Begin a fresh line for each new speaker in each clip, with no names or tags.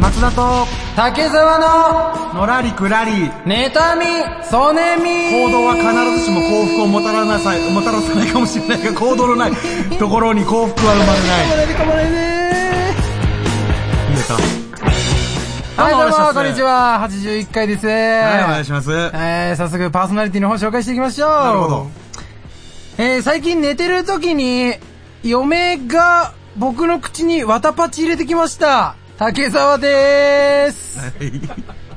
松田と
竹沢の
のらりくらり
妬み、そねみ
行動は必ずしも幸福をもたらなさいもたらさないかもしれないが行動のないところに幸福は生まれない見えた
はい、どうも、
お
こん
願い
に
し
ちは。81回です。
はいお願いしますな
えー、早速パーソナリティの方紹介していきましょう。な
るほど。
えー、最近寝てる時に、嫁が僕の口にわたパチ入れてきました。竹沢でーす。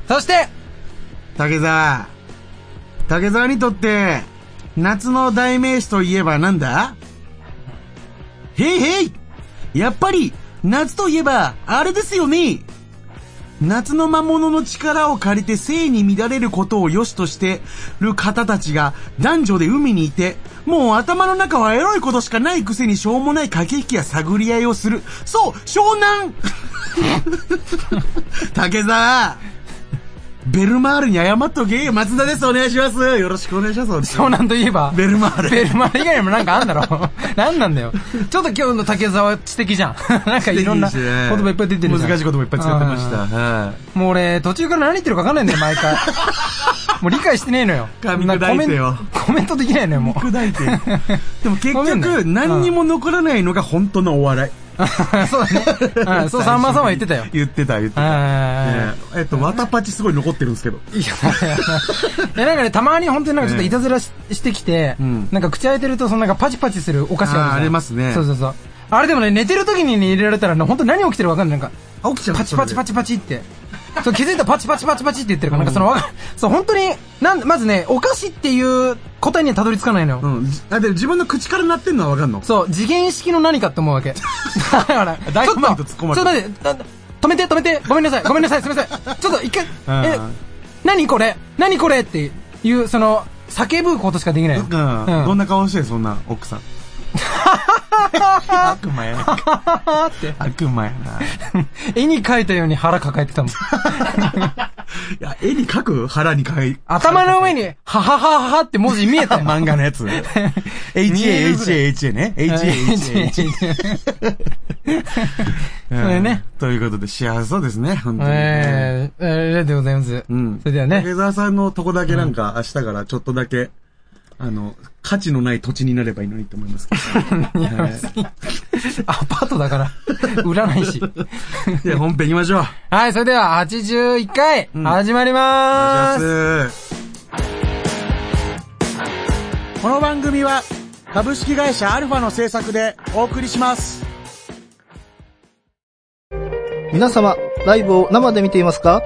そして、
竹沢竹沢にとって夏の代名詞といえばなんだへいへいやっぱり夏といえばあれですよね夏の魔物の力を借りて性に乱れることを良しとしてる方たちが男女で海にいて、もう頭の中はエロいことしかないくせにしょうもない駆け引きや探り合いをする。そう、湘 南竹沢ベルマールに謝っとけ。松田です。お願いします。よろしくお願いします。
湘南といえば、
ベルマール。
ベルマー以外にもなんかあん だろなんなんだよ。ちょっと今日の竹沢知的じゃん。 なんかいろんな言葉いっぱい出てるじゃん
難しい言葉いっぱい使ってまし。
う
た。
ん
はい。
もう俺、途中から何言ってるか分かんないんだよ、毎 回。もう理解してねえのよ。
噛み砕いてよ
なんかコメンコメントできないのよ、もう。
砕いて。でも結
ごめんね
局、何にも残らないのが本当のお笑い。
そうだね。うん、そう、さんまさんは言ってたよ。
言ってた、言って
うん
た。ねえっと、わたパチすごい残ってるんですけど。
いや、 いやなんかね、たまに本当になんかちょっといたずらししてきて、
うん
なんか口開いてると、そのなんかパチパチするお菓子があるじゃん
あーありますね
そうそうそう。あれでもね、寝てる時に入れられたらね、本当何起きてるか分かんない。なんか、
あ、起きちゃった。
パチパチパ
チ。
チパチって。そう気づいたらパチパチパチパチって言ってるから、なんかそのわか、そう本当に、なん、まずね、お菓子っていう答えにはたどり着かないのよ。
うん。じあ、でも自分の口から鳴ってんのはわかんの
そう、次元式の何かって思うわけ。 だから、
大
ちょ
根マン
っと、ちょ
と
っ
突っ込まれた
と待って、だ止めて、止めて、ごめんなさい、ごめんなさい、すみません。ちょっと一回、え
うん、
何これ何これっていう、その、叫ぶことしかできない。
うん。どんな顔してんそんな、奥さん。 悪魔やな。
あーって。
悪魔やな。
絵に描いたように腹抱えてたもん。
いや、絵に描く腹に描い。
頭の上に、ははははって文字見えた よ。
漫画のやつ。HA、HA、HA ね。HA、HA、HA。
それね。
うん。ということで、幸せそうですね、本当に。
えー、えーありがとうございます。
うん。
それではね
竹。澤さんのとこだけなんか、明日からちょっとだけ、あの、価値のない土地になればいいのにって思いますけ
いや別に アパートだから、売らないし。
ど。で、本編行きましょう。
はい、それでは81回、
ん
始まり
お
ま
願
ー
い
す。
します。この番組は、株式会社アルファの制作でお送りします。
皆様、ライブを生で見ていますか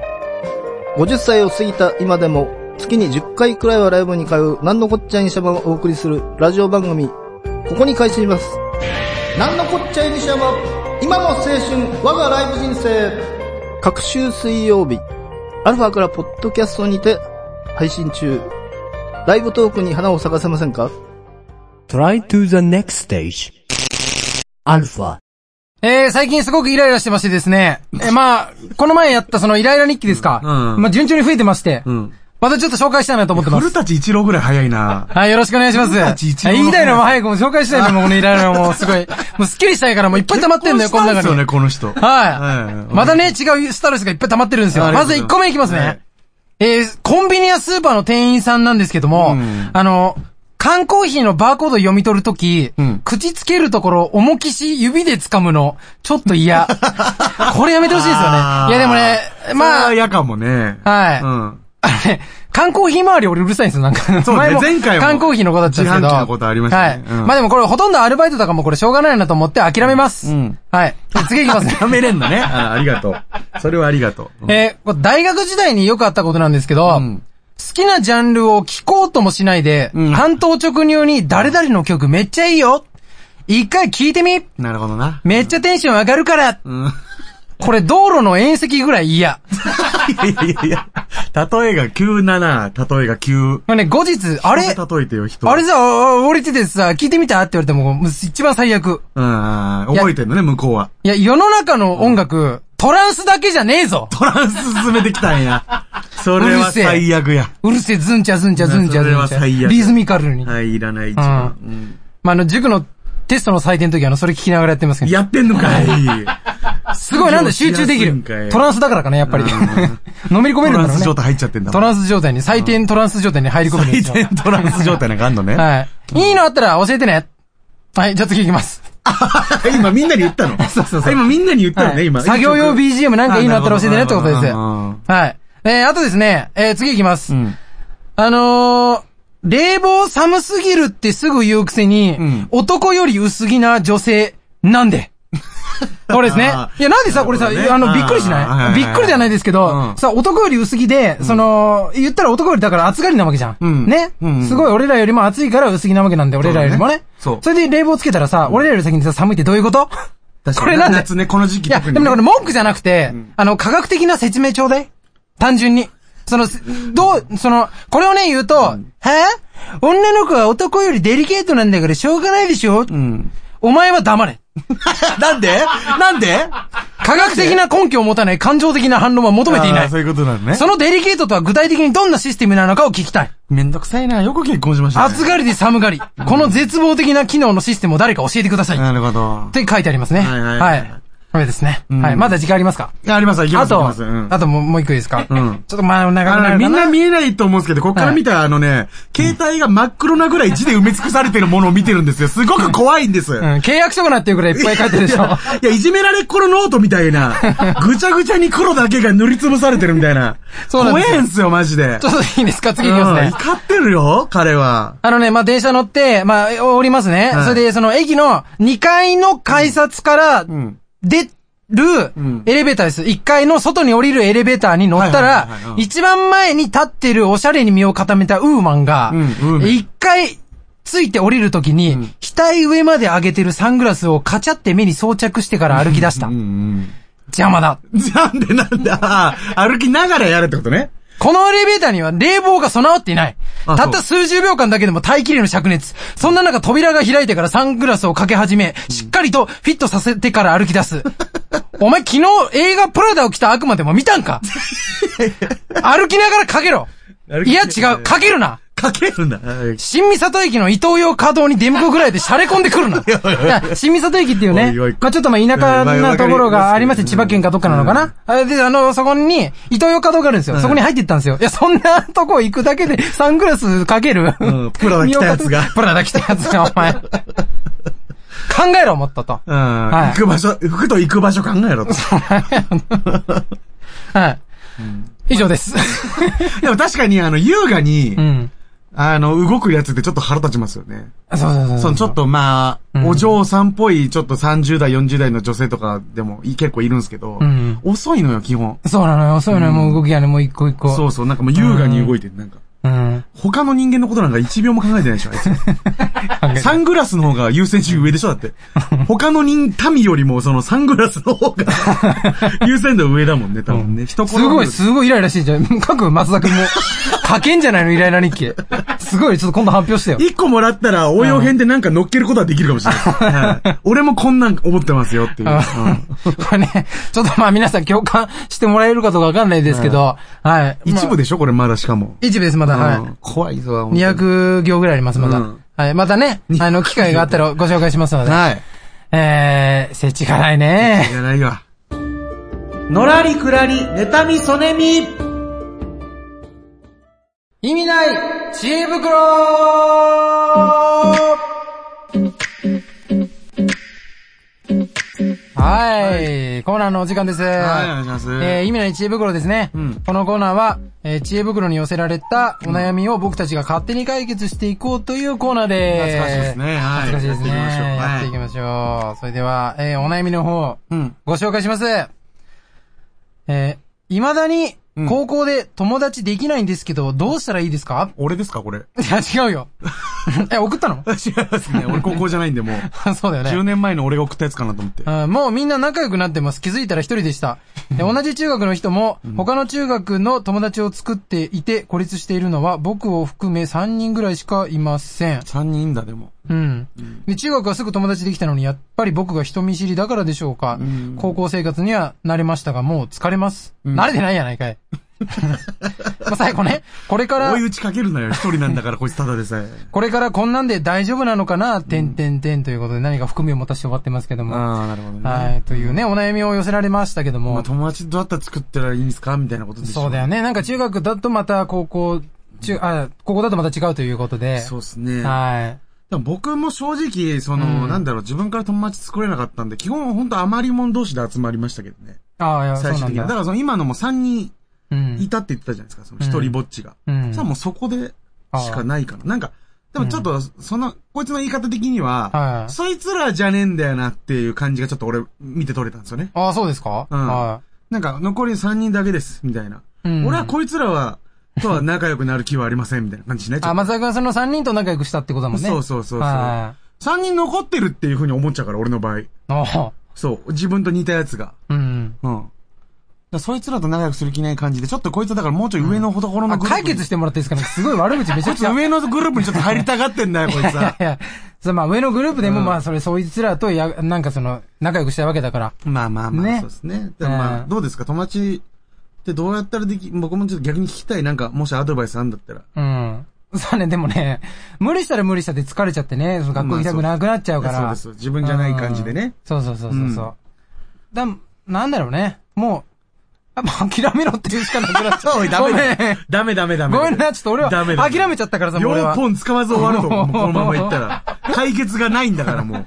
?50 歳を過ぎた今でも、月に10回くらいはライブに通う、なんのこっちゃいにしゃばをお送りするラジオ番組、ここに開始します。なんのこっちゃいにしゃば、今の青春、我がライブ人生。各週水曜日、アルファからポッドキャストにて配信中。ライブトークに花を咲かせませんか
Try to the next stage. Alpha.
えー、最近すごくイライラしてましてですね。えー、まあ、この前やったそのイライラ日記ですか。
うん
まあ、順調に増えてまして。
ん
またちょっと紹介したいなと思ってます
古。舘一郎ぐらい早いな。
はい、よろしくお願いします。
古舘一郎
はい言いたいのも早くもう紹介したいのも、このイライラもうすごい。もうスッキリしたいからもういっぱい溜まってんだよ、この
結婚したんです
中
よ
に
ね、。この 人。
はい。またね、違うストレスがいっぱい溜まってるんですよ。
あり
ま
がとう
ず
ございます
1個目いきます
は
ね
い。
えー、コンビニやスーパーの店員さんなんですけども
うん、
あの、缶コーヒーのバーコード読み取るとき
うん、
口つけるところ、重きし指で掴むの、ちょっ と嫌。これやめてほしいですよね。い
あー
やでもね、
そ
まあ
れは、嫌かもね。
はい
うん。
あのね、缶コーヒー周り俺うるさいんですよ、なんか。
そうね
前
前回も
缶コーヒーのことだったんですけど。
自販機のことありましたね
はい。
うん
まあでもこれほとんどアルバイトとかもこれしょうがないなと思って諦めます。
うん
はい。次行きますね。
やめれんのね。あありがとう。それはありがとう。うん
えーこれ大学時代によくあったことなんですけど、
うん
好きなジャンルを聞こうともしないで、
うん
単刀直入に誰々の曲めっちゃいいよ一回聞いてみ
なるほどな。
めっちゃテンション上がるから
うん。
これ道路の縁石ぐらい嫌。
いやいやいやいや。例えが急なな。例えが急。
まあね、後日、あれ
例えてよ、人。
あれさ、あ降りててさ、聞いてみたって言われても、もう一番最悪。
うん。覚えてんのね、向こうは。
いや、世の中の音楽、トランスだけじゃねえぞ
トランス進めてきたんや。それは最悪や。
うるせえ、ズンチャズンチャズンチャ
そ
ズ
れは
ンチ
最
ャ。
悪
リズミカルに。
はい、いらない、一番。うん
まあ、あの、塾のテストの採点の時は、あの、それ聞きながらやってますけど。
やってんのかい。
すごいなんだ、集中でき
すんか
る。
い
トランスだからかな、やっぱり。 のめり込め
ト
る
ラン
んだろう
ス
ね。
状態入っちゃってんだ
トランス状態に、最低トランス状態に入り込むんですよ。
回転トランス状態なんかあんのね。
はい。いいのあったら教えてね。はい、じゃあ次行きます。
今みんなに言ったの
そうそうそう
あ今みんなに言ったの
は
ね、
い
今。
作業用 BGM なんかいいのあったら教えてねってことです。
あなるほ
は
ど
い。えー、あとですね、えー、次行きます。
うん。
あのー、冷房寒すぎるってすぐ言うくせに、
ん
男より薄着な女性、な んでこれですね。
あー
いや、なんでさ、これさ、
なるほどね
あの、びっくりし
あーはいはい
な
はいい
びっくりではないですけど、
うん
さ、男より薄着で、その、言ったら男よりだから暑がりなわけじゃん。
うん
ね、
うん
すごい俺らよりも暑いから薄着なわけなんで、俺らよりもね。
そうだねそう
れで冷房つけたらさ、俺らより先にさ、寒いってどういうこと
確かに
これなんで
夏ね、この時期
いや、
特に
でも
ね。
ねこれ文句じゃなくて、あの、科学的な説明ちょうだい。単純に。その、すどう、その、これをね、言うと、はぁ女の子は男よりデリケートなんだからしょうがないでしょ、
うん。
お前は黙れ。
なんでなんで
科学的な根拠を持たない感情的な反論は求めていな
あ
い
ー。そういうことなのね。
そのデリケートとは具体的にどんなシステムなのかを聞きたい。
めんどくさいな。よく結婚しましたね。
暑がりで寒がり。この絶望的な機能のシステムを誰か教えてください。っ
なるほど。
て書いてありますね。
はいはい
は
はい
い。これですね。
ん
はい。まだ時間ありますか
あります、いきま
あ
す、いき
と
ます。うん、
あともうもう一個いいですか
うん
ちょっとまあ長く
あ
な
のね
る
み
か
んな
な
見えないと思うんですけど、こっから見たらあのね、携帯が真っ黒なぐらい字で埋め尽くされてるものを見てるんです よ。すごく怖いんです。
うん、契約書かなっていうくらいいっぱい書いてるでしょ。
いや、いじめられっ子のノートみたい な、ぐちゃぐちゃに黒だけが塗りつぶされてるみたいな。
そうなんですよ
怖えんすよ、マジで。
ちょっといいですか次いきます
うん
ね。
怒ってるよ、彼は。
あのね、まあ、電車乗って、まあ、降りますね。
はい
それで、その駅の2階の改札から
ん
出る
ん
エレベーターです。1階の外に降りるエレベーターに乗っ
は
たら
いはいはいは、い
一番前に立ってるおしゃれに身を固めたウーマンが、
うんウーマン
1階ついて降りるときに、額上まで上げてるサングラスをカチャって目に装着してから歩き出した。
うん
邪魔だ。
うん。なんでなんだあー歩きながらやるってことね。
このエレベーターには冷房が備わっていない。た
あ
った数十秒間だけでも耐えきれぬ灼熱。そんな中扉が開いてからサングラスをかけ始め、しっかりとフィットさせてから歩き出 す。お前昨日映画プラダを着た悪魔でも見た んか歩きながらかけろ
歩
い
き
や
な
違
がら
う、かけるな
かけるんだ。はい
新三里駅の伊東洋華堂に出向くぐらいで洒落込んでく るな。いや新三里駅っていう
お
ね
いおい、
まあちょっとまあ田舎なところがありまして、千葉県かどっかなのかな。あで、あの、そこに、伊東洋華堂があるんですよ。そこに入っていったんですよ。いや、そんなとこ行くだ けでサングラスかける。
んプラダ着た やつが
プラダ来たやつが、お前。考えろ、もっとと。
うん。
はい
行く場所、服と行く場所考えろと。
はい。以上です。
でも確かに、あの、優雅に、
うん。
あの、動くやつってちょっと腹立ちますよね。
そうそうそう
そのちょっとまあ、お嬢さんっぽい、ちょっと30代、40代の女性とかでもい結構いるんですけど、
うん
遅いのよ、基本。
そうなのよ、そういうのよもう動きがね、もう一個一個。
そうそう、なんかもう優雅に動いてる、なんか。
うん。
他の人間のことなんか1秒も考えてないでしょ、あい つ。サングラスの方が優先順位上でしょ、だって。他の人、民よりもそのサングラスの方が 優先度上だもんね、多分ね。人好
す
み
ごい、すごいイライラしてんじゃん。各松田君も、書けんじゃないの、イライラ日記。すごい、ちょっと今度発表してよ。
一個もらったら応用編でなんか乗っけることはできるかもしれない。はい俺もこんなん思ってますよっていう。うん
うんこれね、ちょっとまあ皆さん共感してもらえるかどうかわかんないですけど、はい。
一部
で
でしょこれまだしかも。
一部です、まだ。は
うん
い。
怖いぞ、本当に
200行ぐらいあります、ま
う
だ
ん。
はい。またね、あの、機会があったらご紹介しますので。
はい。
えー、せちがない
い
ね。
らないわ。
のらりくらり、妬みそねみ。
意味ない知恵袋はい、コーナーのお時間です。
はい、お願いします。
えー、意味ない知恵袋ですね。
ん
このコーナーは、えー、知恵袋に寄せられたお悩みを僕たちが勝手に解決していこうというコーナーで
懐かしいですね。はい。
懐かしいですね。や
やっ
っ
てて
い
い
き
きましょう。はい。
ましょう。それでは、えー、お悩みの方、
うん。
ご紹介します。えー、未だに、
ん
高校で友達できないんですけど、どうしたらいいですか
俺ですか、これ。違い
いや、違うよ。 え、送ったの
ますね。俺高校じゃないんで、もう。
そうだよね。
10年前の俺が送ったやつかなと思って。
あーもうみんな仲良くなってます。気づいたら一人でした。で同じ中学の人も、他の中学の友達を作っていて孤立しているのは、僕を含め3人ぐらいしかいません。
3人いんだ、でも。
うん。で、中学はすぐ友達できたのに、やっぱり僕が人見知 りだからでしょうか。高校生活には慣れましたが、もう疲れます。慣れてないやないかい。まあ最後ね、これから
追い、打ちかけるなよ、一人なんだから、こいつただでさえ。
これからこんなんで大丈夫なのかな、てんてんてんということで何か含みを持たせて終わってますけど も。
ああ、なるほどね。
はい、というね、お悩みを寄せられましたけど
ま
も
あ、。友達どうやったら作ったらいいんですかみたいなことでしょ。
そうだよね。なんか中学だとまた高校、中、あ、高校だとまた違うということで。
そうですね。
は
でも僕も正直、その、
うん
なんだろう、自分から友達作れなかったんで、基本本当余り者同士で集まりましたけどね。
い。ああ、いや、そう
最終
な
的
ん
には。だ
だ。
からその今のも3人
うん。
いたって言ってたじゃないですか、その一人ぼっちが。
うん
それはもうそこでしかないかな。なんか、でもちょっと、その、こいつの言い方的には、
はい
そいつらじゃねえんだよなっていう感じがちょっと俺見て取れたんですよね。
ああ、そうですか
うん
は
なんか、残り3人だけです、みたいな。
い。うん
俺はこいつらは、とは仲良くなる気はありません、みたいな感じしない
あ、松田君はその3人と仲良くしたってことだもんね。
そうそうそうそう。
は
3人残ってるっていう風に思っちゃうから、俺の場合。
い。おー
そう。自分と似たやつが。
うん。
うん。だからそいつらと仲良くする気ない感じで、ちょっとこいつだからもうちょい上のほどころの
あ、
グループに、
解決してもらっていいですかねすごい悪口めち
こ
ゃ
い
く
つ
ちゃ。
上のグループにちょっと入りたがってんだ よ、こいつ
いや
は。
いや、そうまあ上のグループでもまあそれ、そいつらとや、なんかその、仲良くしたいわけだから。
まあまあまあ、
ね
そうですね。でもまあ、
うん
どうですか友達ってどうやったらでき、僕もちょっと逆に聞きたい。なんか、もしアドバイスあんだったら。
うん。そうね、でもね、無理したら無理したって疲れちゃってね、その学校行きたくなくなっちゃうから。
そうですそうです。自分じゃない感じで
うん
ね。。
そうそうそうそうそう。だ、なんだろうね。もう、やっぱ諦めろって言うしかなくなっちゃ う。
おい、ダメ
ご
だ
めん。。
ダメダメダメ。
ごめんな、ちょっと俺は
ダメダメ
諦めちゃったからさ、もう俺
4
は。
本使わず終わると思う。このままいったら。解決がないんだから、もう。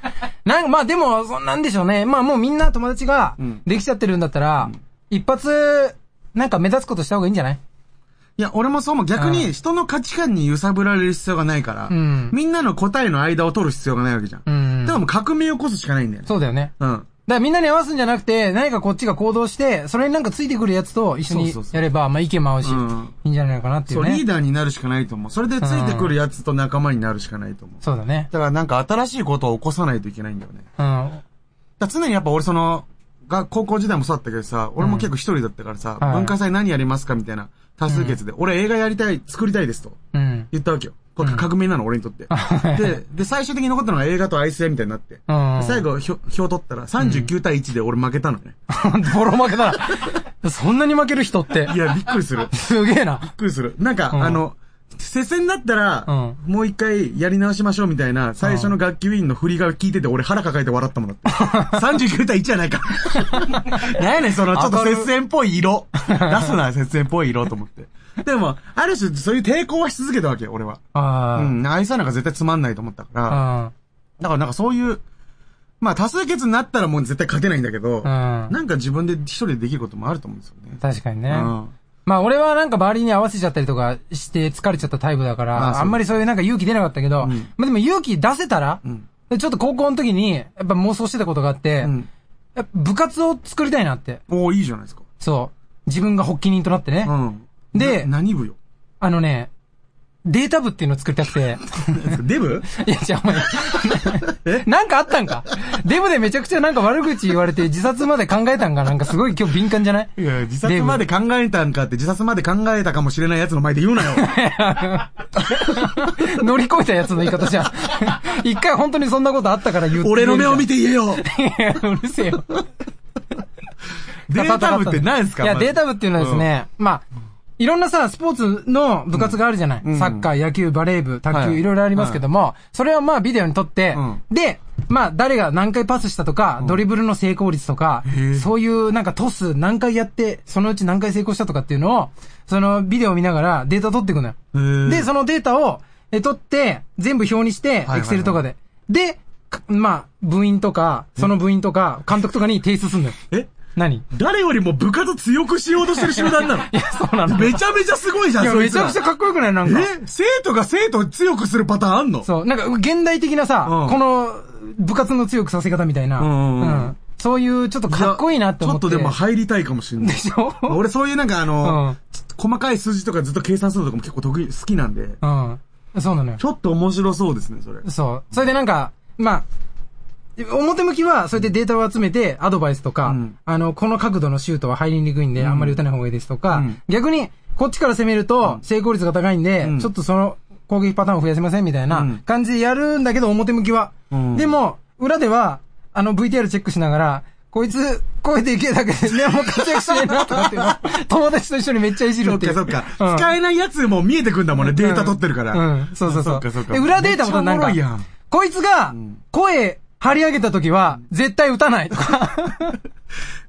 なんかまあでも、そんなんでしょうね。まあもうみんな友達が
うん
できちゃってるんだったら、一発、なんか目立つことした方がいいんじゃない
いや、俺もそうも逆に人の価値観に揺さぶられる必要がないから、
うん
みんなの答えの間を取る必要がないわけじゃん。
うん
だからもう革命を起こすしかないんだよね。
そうだよね。
う。ん。
だからみんなに合わすんじゃなくて、何かこっちが行動して、それになんかついてくるやつと一緒に
そうそうそう
やれば、まあ意見も合うし、い
うん
いんじゃないのかなってい
そうう、
ね。
リーダーになるしかないと思う。それでついてくるやつと仲間になるしかないと思う。
そうだね。
だからなんか新しいことを起こさないといけないんだよね。
うん。
だから常にやっぱ俺その、が、高校時代もそうだったけどさ、俺も結構一人だったからさ、
はい
文化祭何やりますかみたいな多数決で、俺映画やりたい、作りたいですと
うん。
言ったわけよ。これ革命なの、俺にとって。で、で、最終的に残ったのが映画とアイスみたいになって。
うん。
最後、ひょ票取ったら、39対1で俺負けたのね。
ボロ負けだな。そんなに負ける人って
い。や、びっくりする。びっ
すげえな。
くりする。なんか、
ん
あの、接戦だったら、もう一回やり直しましょうみたいな、最初の楽器ウィンの振りが聞いてて、俺腹抱えて笑ったもんだって。39対1じゃないか。なんやねん、その、ちょっと
明るい
接戦っぽい色。出すな、接戦っぽい色と思って。でも、ある種、そういう抵抗はし続けたわけよ、俺は。
あ
う
ー
ん、愛さなんか絶対つまんないと思ったから。
あ
だからなんかそういう、まあ多数決になったらもう絶対勝てないんだけど、
ー。うん。
なんか自分で一人でできることもあると思うんですよね。
確かに
う
ね。
ん。
まあ俺はなんか周りに合わせちゃったりとかして疲れちゃったタイプだか
あ
ら、
そう
あんまりそういうなんか勇気出なかったけど、
ん
まあでも勇気出せたら、
ん
でちょっと高校の時にやっぱ妄想してたことがあって、
うん。
やっぱ部活を作りたいなって。
おーいいじゃないですか。
そう。自分が発起人となってね。
うん。
で
な何部 よ
あのね、データ部っていうのを作りた くて。
デブ
いや、違う、お前。なんかあったんかデブでめちゃくちゃなんか悪口言われて自殺まで考えたんかなんかすごい今日敏感じゃ ない
いや、自殺まで考えたんかって、自殺まで考えたかもしれない奴の前で言うなよ。
乗り越えたやつの言い方じゃん。一回本当にそんなことあったから言って。
俺の目を見
て。
て言えよ
いや、うるせえよ。
データ部って何ですか
いや、データ部っていうのはです。ね、まあ、いろんなさ、スポーツの部活があるじゃない、
うん
サッカー、野球、バレー部、卓球、
はい
い、ろいろありますけども、それをまあビデオに撮って、
うん
で、まあ誰が何回パスしたとか、ドリブルの成功率とか
へえ、
そういうなんかトス何回やって、そのうち何回成功したとかっていうのを、そのビデオを見ながらデータ取っていくのよ。
うんへ
で、
ー
そのデータを、え、取って、全部表にして、
はいはい
エクセルとかで。で、かまあ、部員とか、その部員とか、監督とかに提出すんのよ。
え
何
誰よりも部活強くしようとしてる集団なの
いや、そうなの。
めちゃめちゃすごいじゃ
い
ん、
や、
そ
め
いつ
ちゃ
ら
くちゃかっこよくないなんか。
え生徒が生徒を強くするパターンあんの
そう。なんか、現代的なさ、
うん
この、部活の強くさせ方みたいな。
うんうんうん
そういう、ちょっとかっこいいなって思って。
ちょっとでも入りたいかもしれない。
でしょ
俺そういうなんかあの、
うん
ちょっと細かい数字とかずっと計算するのとかも結構得意、好きなんで、
うん。そうなのよ
ち。ょっと面白そうですね、それ。
そう。それでなんか、まあ、表向きは、そうやってデータを集めて、アドバイスとか、
うん
あの、この角度のシュートは入りにくいんで、あんまり打たない方がいいですとか、
うん
逆に、こっちから攻めると、成功率が高いんで、
ん
ちょっとその、攻撃パターンを増やせませんみたい
うん
な感じでやるんだけど、表向きは。
うん
でも、裏では、あの、VTR チェックしながら、こいつ、声でいけだけ で、ね、もう活躍しねえなとかっていうの、友達と一緒にめっちゃいじる
そ
っ
って
い
か
う。
そっか。
うん
使えないやつも見えてくんだもんね。データ取ってるから。
うん、そうそうそ。
そうっかそっか
で、裏データもなんか
めっちゃおもろいやん、
こいつが、声張り上げた時は、絶対打たない とか。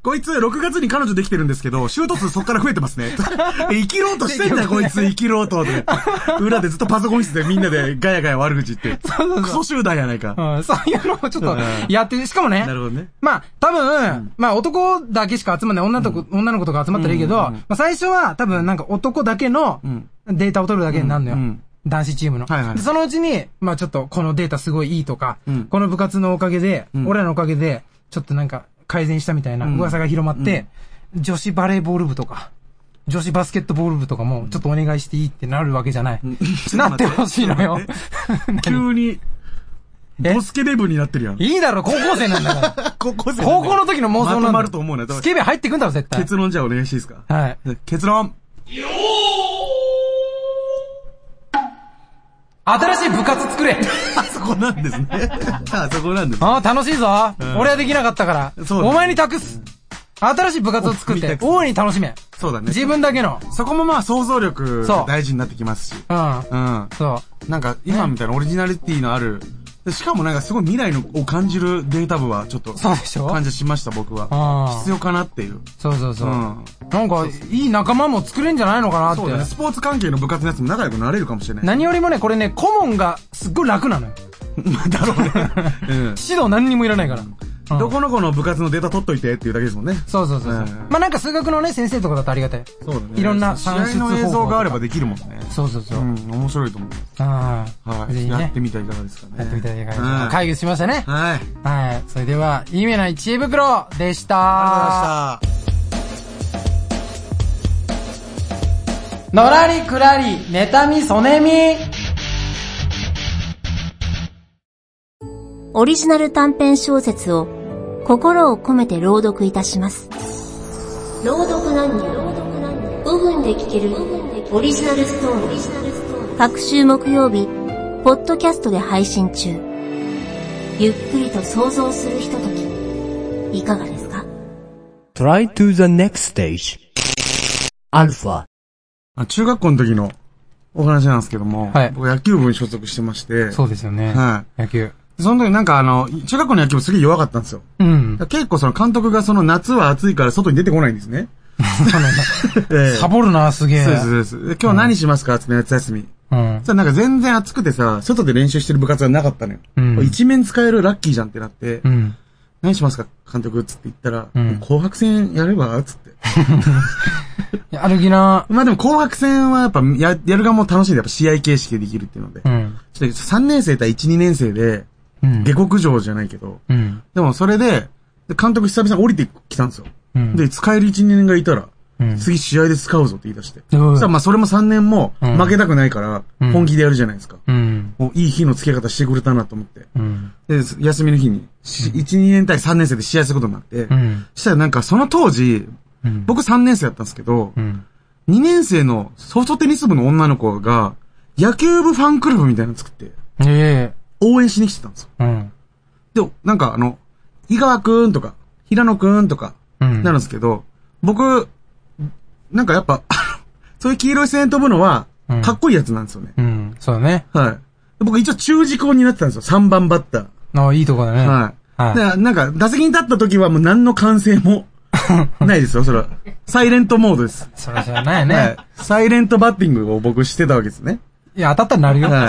こいつ、6月に彼女できてるんですけど、シュート数そっから増えてますね。 生きろうとしてんだよ、こいつ、生きろうと。で裏でずっとパソコン室でみんなでガヤガヤ悪口言って。
そうそうそう
クソ集団やないか。
うん、そういうのをちょっとやって、しかもね
な、るほどね。
まあ、多分、まあ男だけしか集まんない女とこ、女の子とか集まったらいいけど、まあ最初は多分なんか男だけのデータを取るだけになるのよ。
うんうん
男子チームの、
はいはい
でそのうちに、まあちょっとこのデータすごいいいとか、
うん
この部活のおかげで、俺らのおかげで、ちょっとなんか改善したみたいな噂が広まって、女子バレーボール部とか、女子バスケットボール部とかも、ちょっとお願いしていいってなるわけじゃない。なってほしいのよ。
急に、
え
ボスケベブになってるやん。
いいだろ、高校生なんだから。
高校生
高校の時の妄想なんだ
まとまると思うね。
スケベ入ってくんだろ、絶対。
結論じゃあお願いしていいですか
はい。
結論
新しい部活 作れ
あそこなん ですね。あそこなんです。
ああ、楽しいぞ、俺はできなかったから。
そうだね
お前に託す、新しい部活を作
お
っ
見
て
た、く
大いに楽しめ。
そうだね。
自分だけの。
そこもまあ想像力
そう
大事になってきますし。
うん。
うん。
そ
なんか今みたいなオリジナリティのある、でしかもなんかすごい未来のを感じるデータ部はちょっと
う。そうでしょ
感じしました僕
あ
は
ー。
必要かなっていう。
そうそうそうう。
ん。
なんか、いい仲間も作れんじゃないのかなって
そう。だね。スポーツ関係の部活のやつも仲良くなれるかもしれ ない。
何よりもね、これね、顧問がすっごい楽なのよ。
だろうね。 うん。
指導何にもいらないから。うん
どこの子の部活のデータ取っといてっていうだけですもんね。
そうそうそうそう。
うん
まあ、なんか数学のね、先生とかだとありがたい。
そうだね
いろんな
試
算
合
出方法
の
とか
映像があればできるもんね。
そうそうそうう。
ん、面白いと思
あ
う。
あ。
はい。
ぜひね。
やってみてはいかがですかね。
やってみたいな
うん
解決しましたね。
はい。ありがとうござい
はい。それでは、意味ない知恵袋でした。
ました。
のらりくらり、妬み、そねみ。
オリジナル短編小説を心を込めて朗読いたします。朗読何人 ?5 分で聞けるオリジナルストーリー。各週木曜日、ポッドキャストで配信中。ゆっくりと想像するひととき、いかがですか
Try to the next stage. Alpha.
あ中学校の時のお話なんですけども、
はい
僕野球部に所属してまして、
そうですよね。
は
野球。
い。その時なんかあの、中学校の野球部すげえ弱かったんですよ。
うん。
結構その監督がその夏は暑いから外に出てこないんですね。ええ
サボるな、すげえ。
そうです、そうです。で今日何しますかって言って夏休み。
うん。
さ、なんか全然暑くてさ、外で練習してる部活はなかったのよ。
うん
一面使えるラッキーじゃんってなって、
うん。
何しますか監督っつって言ったら、
うん
紅白戦やればっつって。
やる気な。
まあでも紅白戦はやっぱや、やる側も楽しいんで、やっぱ試合形式でできるっていうので。
うん。
ちょっと3年生対1、2年生で、
うん
下。克上じゃないけど、
うん。
でもそれで、で監督久々に降りてきたんですよ。
うん。
で、使える1、2年がいたら、
うん
次試合で使うぞって言い出して。
うん
そしたらまあそれも3年も
うん
負けたくないから、
うん
本気でやるじゃないですか。
うん。
もういい日の付け方してくれたなと思って。
うん。
で、休みの日に、し1、2年対3年生で試合することになって、
うん。
そしたらなんかその当時、
うん。
僕3年生だったんですけど、
うん。
2年生のソフトテニス部の女の子が、野球部ファンクラブみたいなの作って、
え
応援しに来てたんですよ。
え。うん。
で、なんかあの、井川くんとか、平野くんとか、
うん。
なるんですけど、僕、なんかやっぱ、 そういう黄色い線飛ぶのは
うん、
かっこいいやつなんですよね。
うん。そうだね。
はい。で僕一応中軸を担ってたんですよ。3番バッタ
ああ、いいとこだね。
ー。はい。
はい
でなんか、打席に立った時はもう何の歓声 も、ないですよ、それは。サイレントモードです。
それじゃない
は
ね
い。。サイレントバッティングを僕してたわけですね。
いや、当たったらなるよ。
は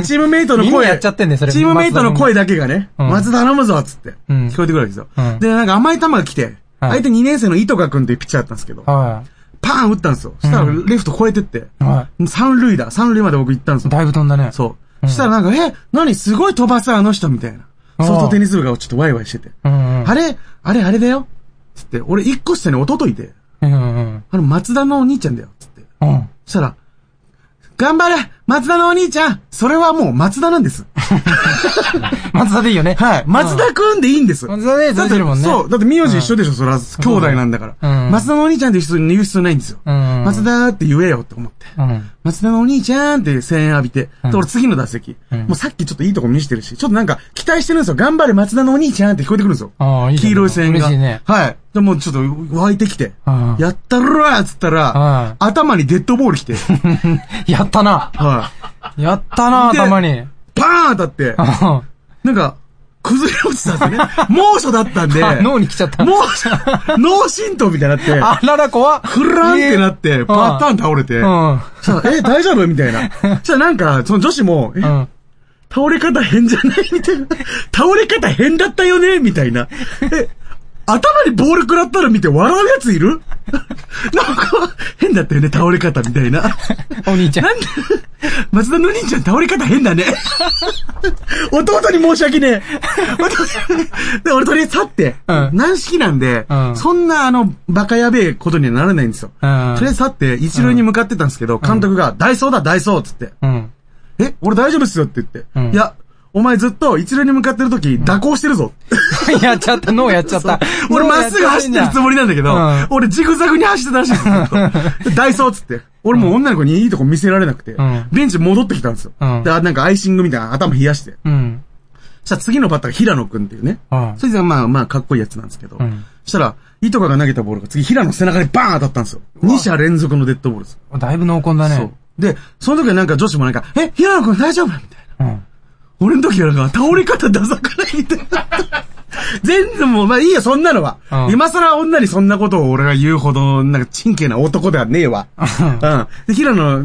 い。チームメイトの
みんな
声。
やっちゃってんねそれ
チームメイトの声だけがね、
うん
松田頼むぞっつって、
うん
聞こえてくるわけですよ。
うん
で、なんか甘い球が来て、
はい
相手2年生の糸川くんっていうピッチャーだったんですけど、
は
パーン打ったんですよ。そしたら
うん
レフト超えてって、
い。は
三塁だ、三塁まで僕行ったんですよ。
い。だいぶ飛んだね。
そう。そしたらなんか、え、何すごい飛ばすあの人みたいな。
あー
ソフトテニス部がちょっとワイワイしてて。
う。うん。
あれ、あれ、あれだよ。つって、俺一個下に弟いて、
うんうん。
あの松田のお兄ちゃんだよ。つって。
うん。
そしたら、頑張れ松田のお兄ちゃんそれはもう松田なんです。
松田でいいよね。
はい。松田くんでいいんです。
松田で
だ
通
っ
じて
て
るもんね。
そう。だって名字一緒でしょ、そら、兄弟なんだから。
うん
松田のお兄ちゃんって人に言う必要ないんですよ。
うん
松田って言えよって思って。
うん。
松田のお兄ちゃんって声援浴びて。で、俺次の打席。もうさっきちょっといいとこ見せてるし、ちょっとなんか期待してるんですよ。頑張れ松田のお兄ちゃんって聞こえてくるんですよ。
ああ、いいね
黄色い声援が。
嬉しいね。
はい。で、もうちょっと湧いてきて
うん。
やったろーっつった
うん
ら、頭にデッドボール来て。
やったな。
はい。
やったな、
で
頭に。
パーン当たって
う、ん
なんか、崩れ落ちたんですよね。 猛暑だったんで。
あ 脳に来ちゃった。
もう、脳震盪みたいになって、
あらら、怖っ。
フランってなって、
ん
パターン倒れて、
うん。
さあえ、大丈夫みたいな。そしたらなんか、その女子も、え
うん。
倒れ方変じゃないみたいな。倒れ方変だったよねみたいな。え、頭にボール食らったの見て笑うやついるなんか、変だったよね、倒れ方みたいな。
お兄ちゃん。
なんで、松田のお兄ちゃん倒れ方変だね。弟に申し訳ねえ。弟で、俺とりあえず去って、
うん
軟式なんで、
うん
そんなあの、バカやべえことにはならないんですよ。
うん
とりあえず去って、一塁に向かってたんですけど、監督が、ダイソーだ、ダイソーっつって、
うん。
え、俺大丈夫っすよって言って、
うん
いや、お前ずっと一塁に向かってる時、蛇行してるぞ。
やっちゃった、脳やっちゃった。
俺まっすぐ走ってるつもりなんだけど、
うん
俺ジグザグに走ってたらしいんですよ ずっとダイソーっつって。俺もう女の子にいいとこ見せられなくて、
ん
ベンチ戻ってきたんですよ。
うん
で、なんかアイシングみたいな頭冷やして。
うん。
そしたら次のバッターが平野くんっていうね。
うん
そいつがまあまあかっこいいやつなんですけど。
うん
そしたら、いとかが投げたボールが次平野の背中にバーン当たったんですよ。2者連続のデッドボールです。
だいぶ濃厚だね。
そう。で、その時はなんか女子もなんか、え、平野くん大丈夫みたいな。
うん。
俺の時はなんか、倒れ方ダサくないみたいな。全然もう、まあいいよ、そんなのは。
うん
今更女にそんなことを俺が言うほど、なんか、チンケな男ではねえわ。うん。で、平野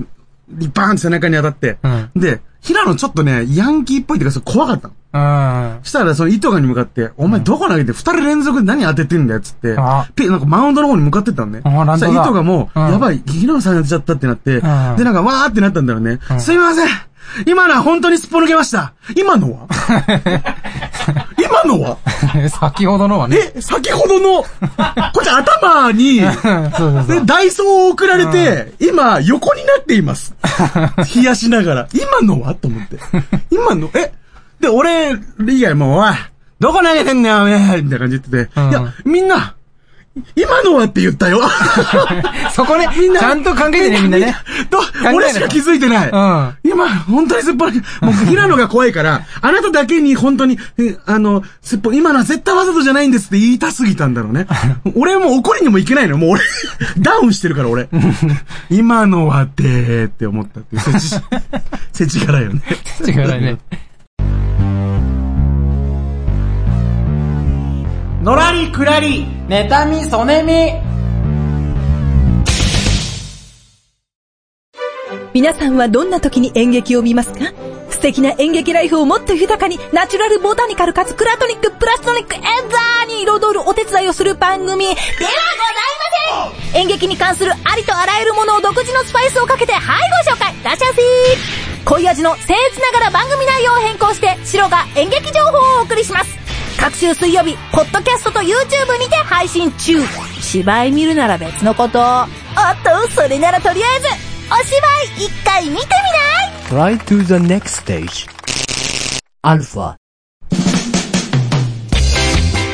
にバーンって背中に当たって。
うん
で、平野ちょっとね、ヤンキーっぽいっていうか、それ怖かったの。
うん。
そしたら、その、糸がに向かって、お前どこ投げて二人連続で何当ててんだよ、つって
あ。
ピなんかマウンドの方に向かってったのね。
あランドだ
そしたら糸がもう、
うん
やばい、平野さんやっちゃったってなって、で、なんかわーってなったんだろうね。すいません今のは本当にすっぽ抜けました今の は今のは
先ほどのはね。
え、先ほどの、こっち頭 に、
うんそうそうそう
で、ダイソーを送られて、今、横になってい ます。冷やしながら。今のはと思って。今の、えで、俺以外も、おい、どこ投げてんのよ、おめえみたいな感じで言ってて、
うん
いや、みんな、今のはって言ったよ。
そこね、
みんな
ちゃんと考えてね、 みんなね。
ど
えないの
俺しか気づいてない。
う
今、本当にすっぽらけ、もう、平野が怖いから、 あなただけに本当に、えあの、すっぽ、今のは絶対わざとじゃないんですって言いたすぎたんだろう ね。俺はもう怒りにもいけないのよ。もう俺、 ダウンしてるから 俺。今のはって、って思った っていう、せち、せちがらいよね。
違うないね。
のらりくらり、妬み、そねみ。
皆さんはどんな時に演劇を見ますか素敵な演劇ライフをもっと豊かに、ナチュラルボタニカルかつクラトニック、プラストニック、エンザーに彩るお手伝いをする番組ではございません演劇に関するありとあらゆるものを独自のスパイスをかけて、はいご紹介ラシャシー濃い味の僭越ながら番組内容を変更して、シロが演劇情報をお送りします各週水曜日、ポッドキャストと YouTube にて配信中芝居見るなら別のこと。おっと、それならとりあえず、お芝居一回見てみない
Try to the next stage. Alpha.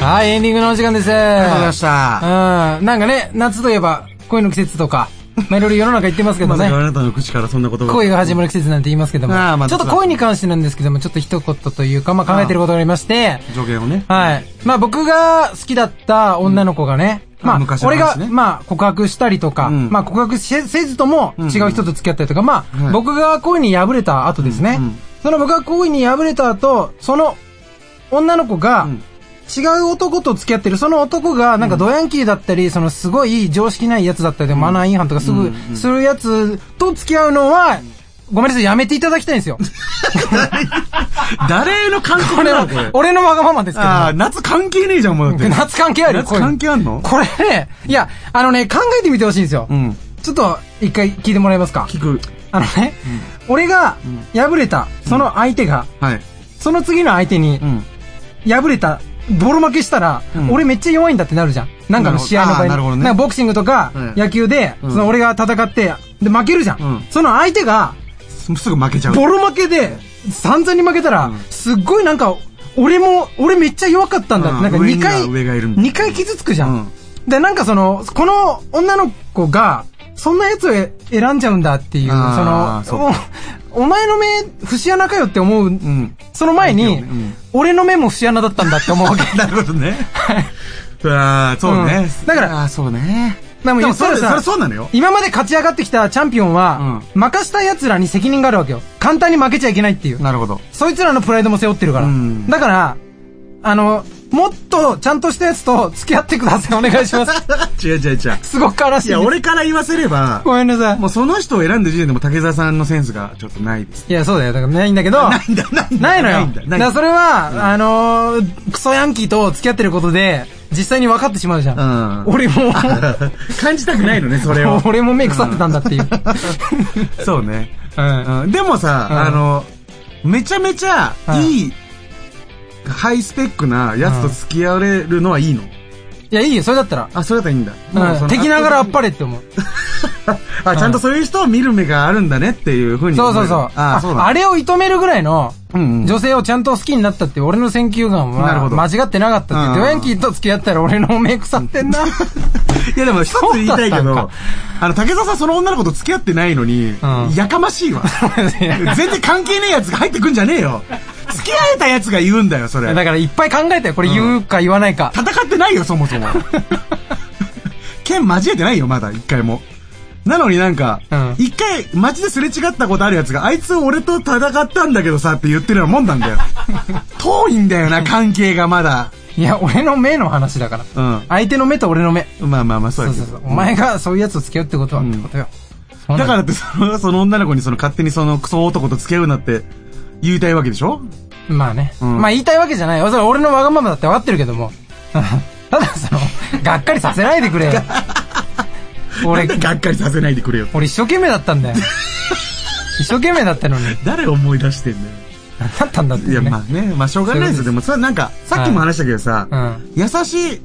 はい、エンディングのお時間です。
ありがとうございました。
うん。なんかね、夏といえば、恋の季節とか、まあいろいろ世の中言ってますけど
まさ
ね
か。あなたの口からそんなことが。
恋が始まる季節なんて言いますけども、
ああまあ
ちょっと恋に関してなんですけども、ちょっと一言というか、まあ考えてることがありまして、
助言を ね。
はい。まあ僕が好きだった女の子がね、
うん
ま
あ
あ、
昔の
俺
話
が、
ね
まあ、告白したりとか、
うん
まあ、告白せせずとも違う人と付き合ったりとか、まあ、
はい
僕が恋に破れた後ですね、
うんうん
その僕が恋に破れた後、その女の子が、
うん
違う男と付き合ってる、その男が、なんかドヤンキーだったり、そのすごい常識ないやつだったりで、マナー違反とかすぐ、するやつと付き合うのは、ごめんなさい、やめていただきたいんですよ。
誰への感
こ
覚
れ
な
は
のこれ。、
俺のわがままですけども。
あ あ、夏関係ねえじゃん、もう だって。
夏関係あるよ、
夏関係あんの
これね、いや、あのね、考えてみてほしいんですよ。
うん。
ちょっと、一回聞いてもらえますか。
聞く。
あのね、俺が、破れた、その相手が、
はい。
その次の相手に
う、ん。
破れた、ボロ負けしたら、
うん
俺めっちゃ弱いんだってなるじゃん。なんかの試合の場合に。
なるほどあーなるほどね
んかボクシングとか
は、い
野球で、
ん
その俺が戦って、で、負けるじゃん。
うん
その相手が、
すすぐ負けちゃう。
ボロ負けで、散々に負けたら、すっごいなんか、俺も、俺めっちゃ弱かったんだって、
うん
なんか
上
2
には
回、
上がいるんだ
2回傷つくじゃん。
うん
で、なんかその、この女の子が、そんなやつを選んじゃうんだっていう、
あー
その、おお前の目、節穴かよって思う、
ん
その前に、
ん
俺の目も節穴だったんだって思うわけ。
なるほどね。ああ、 そうね
う。んだから
ああ、そうね。
でも
で
言
も
った
そ
ら
れ、そ
さ
れ、そうなのよ。
今まで勝ち上がってきたチャンピオンは、任した奴らに責任があるわけよ。簡単に負けちゃいけないっていう。
なるほど。
そいつらのプライドも背負ってるから。
うん
だから、あの、もっとちゃんとしたやつと付き合ってください。お 願いしま す。
違う違う違う。
すごく悲しい。
いや、。俺から言わせれば、
ごめんなさい
も。うその人を選んでる時点でも竹澤さんのセンスがちょっとないです。
いや、そうだよ。だからないんだけ ど。
ないんだ、ないんだ。
ないのよ。
ないんだ、ないん
だからそれは、あのークソヤンキーと付き合ってることで、実際に分かってしまうじゃん。
うん
俺も、
感じたくないのね、それを
。俺も目腐ってたんだっ ていう。
そうね。
うん。
うんでもさ、
うん
あの、めちゃめちゃいい、ハイスペックなやつと付き合われるのはいいの。
いや、いいよ。それだったら。
あ、それだったらいいんだ。もう
う
その
ん。敵ながらあっぱれって思う。
あ、ちゃんとそういう人を見る目があるんだねっていうふうに
そ
思え
う
る。
そうそう。
あ、そうだ。
あれを射止めるぐらいの、
うんうん
女性をちゃんと好きになったっていう俺の選球眼
なる
は、
ほど
間違ってなかったって。
うん
ドヤンキーと付き合ったら俺の目腐ってんな。
いやでも一つ言いたいけ
そうだったん
ど
か、
あの、竹澤さんその女の子と付き合ってないのに、
ん
やかましいわ。 全然関係ねえやつが入ってくんじゃねえよ。付き合えたやつが言うんだよ、それ。
だからいっぱい考えたよ。これ言うか言わないか。
戦ってないよ、そも そも。剣交えてないよ、まだ、一回も。なのになんか
うん、
一、回街ですれ違ったことあるやつが、あいつ俺と戦ったんだけどさって言ってるようなもんなんだ よ。遠いんだよな、関係がまだ。
いや、俺の目の話だから。
うん
相手の目と俺の目。
まあまあまあ、そ
そうう
だけ
そ
ど
うそう。お前がそういうやつと付き合うってことはってことよ。そうな
だ
ん
からってその、その女の子にその勝手にそのクソ男と付き合うなって言いたいわけでしょ
まあね。
ん
まあ言いたいわけじゃないよ。それ俺のわがままだって分かってるけども。 ただその、がっかりさせないでくれよ。
俺
俺
で、がっかりさせないでくれよ。
俺一生懸命だったん だよ。一生懸命だったのに。
誰思い出してんだよ。
何だったんだって、ね。
いや、まあね、まあしょうがないですよ。でもさ、なんか、さっきも話したけどさ、
うん。
優しい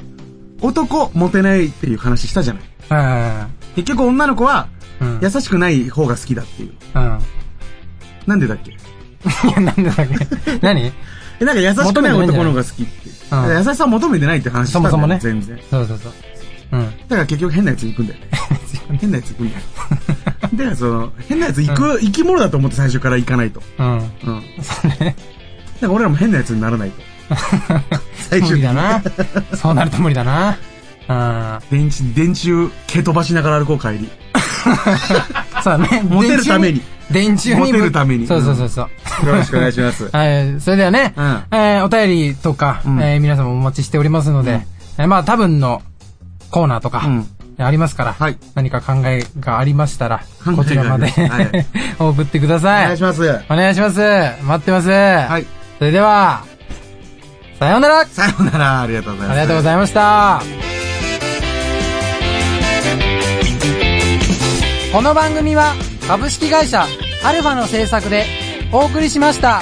男モテないっていう話したじゃない
うん。
結局女の子は
うん。
優しくない方が好きだっていう。
うん。
なんでだっけ
いや、なんでだっ け。何
え、なんか優しくない男の方が好きって。
求めてないんじゃないうん
優しさ求めてないって話した
そ
んだ
も
よ
そも
全
ね。
然。だ
そうそうそう。うん。
から結局変なやつに行くんだよね。変なやつ行くんだよ。だからその、変なやつ行く、生き物だと思って最初から行かないと。
う
う
ん。
ん。
そうね。
だから俺らも変なやつにならないと。最
無
終的
理だ
に。
な。そうなると無理だな。うん。
電池、電柱、蹴飛ばしながら歩こう帰り。
そうだね。
モテるために
電柱に。
モテるために
そうそうそうそう。
よろしくお願いします。
はい、それではね、
うん
えーお便りとか、
ん
えー皆様お待ちしておりますので、えーまあ多分のコーナーとか、
うん
えーありますから、
はい
何か考えがありましたら、
考えが
こちらまで、
はい
送ってくださ
お
い。
願いします。
お願いします。待ってます。
はい。
それでは、さようなら
さようなら、ありがとうござい
あ
ます
りがとうご。ざいました。この番組は株式会社アルファの制作でお送りしました。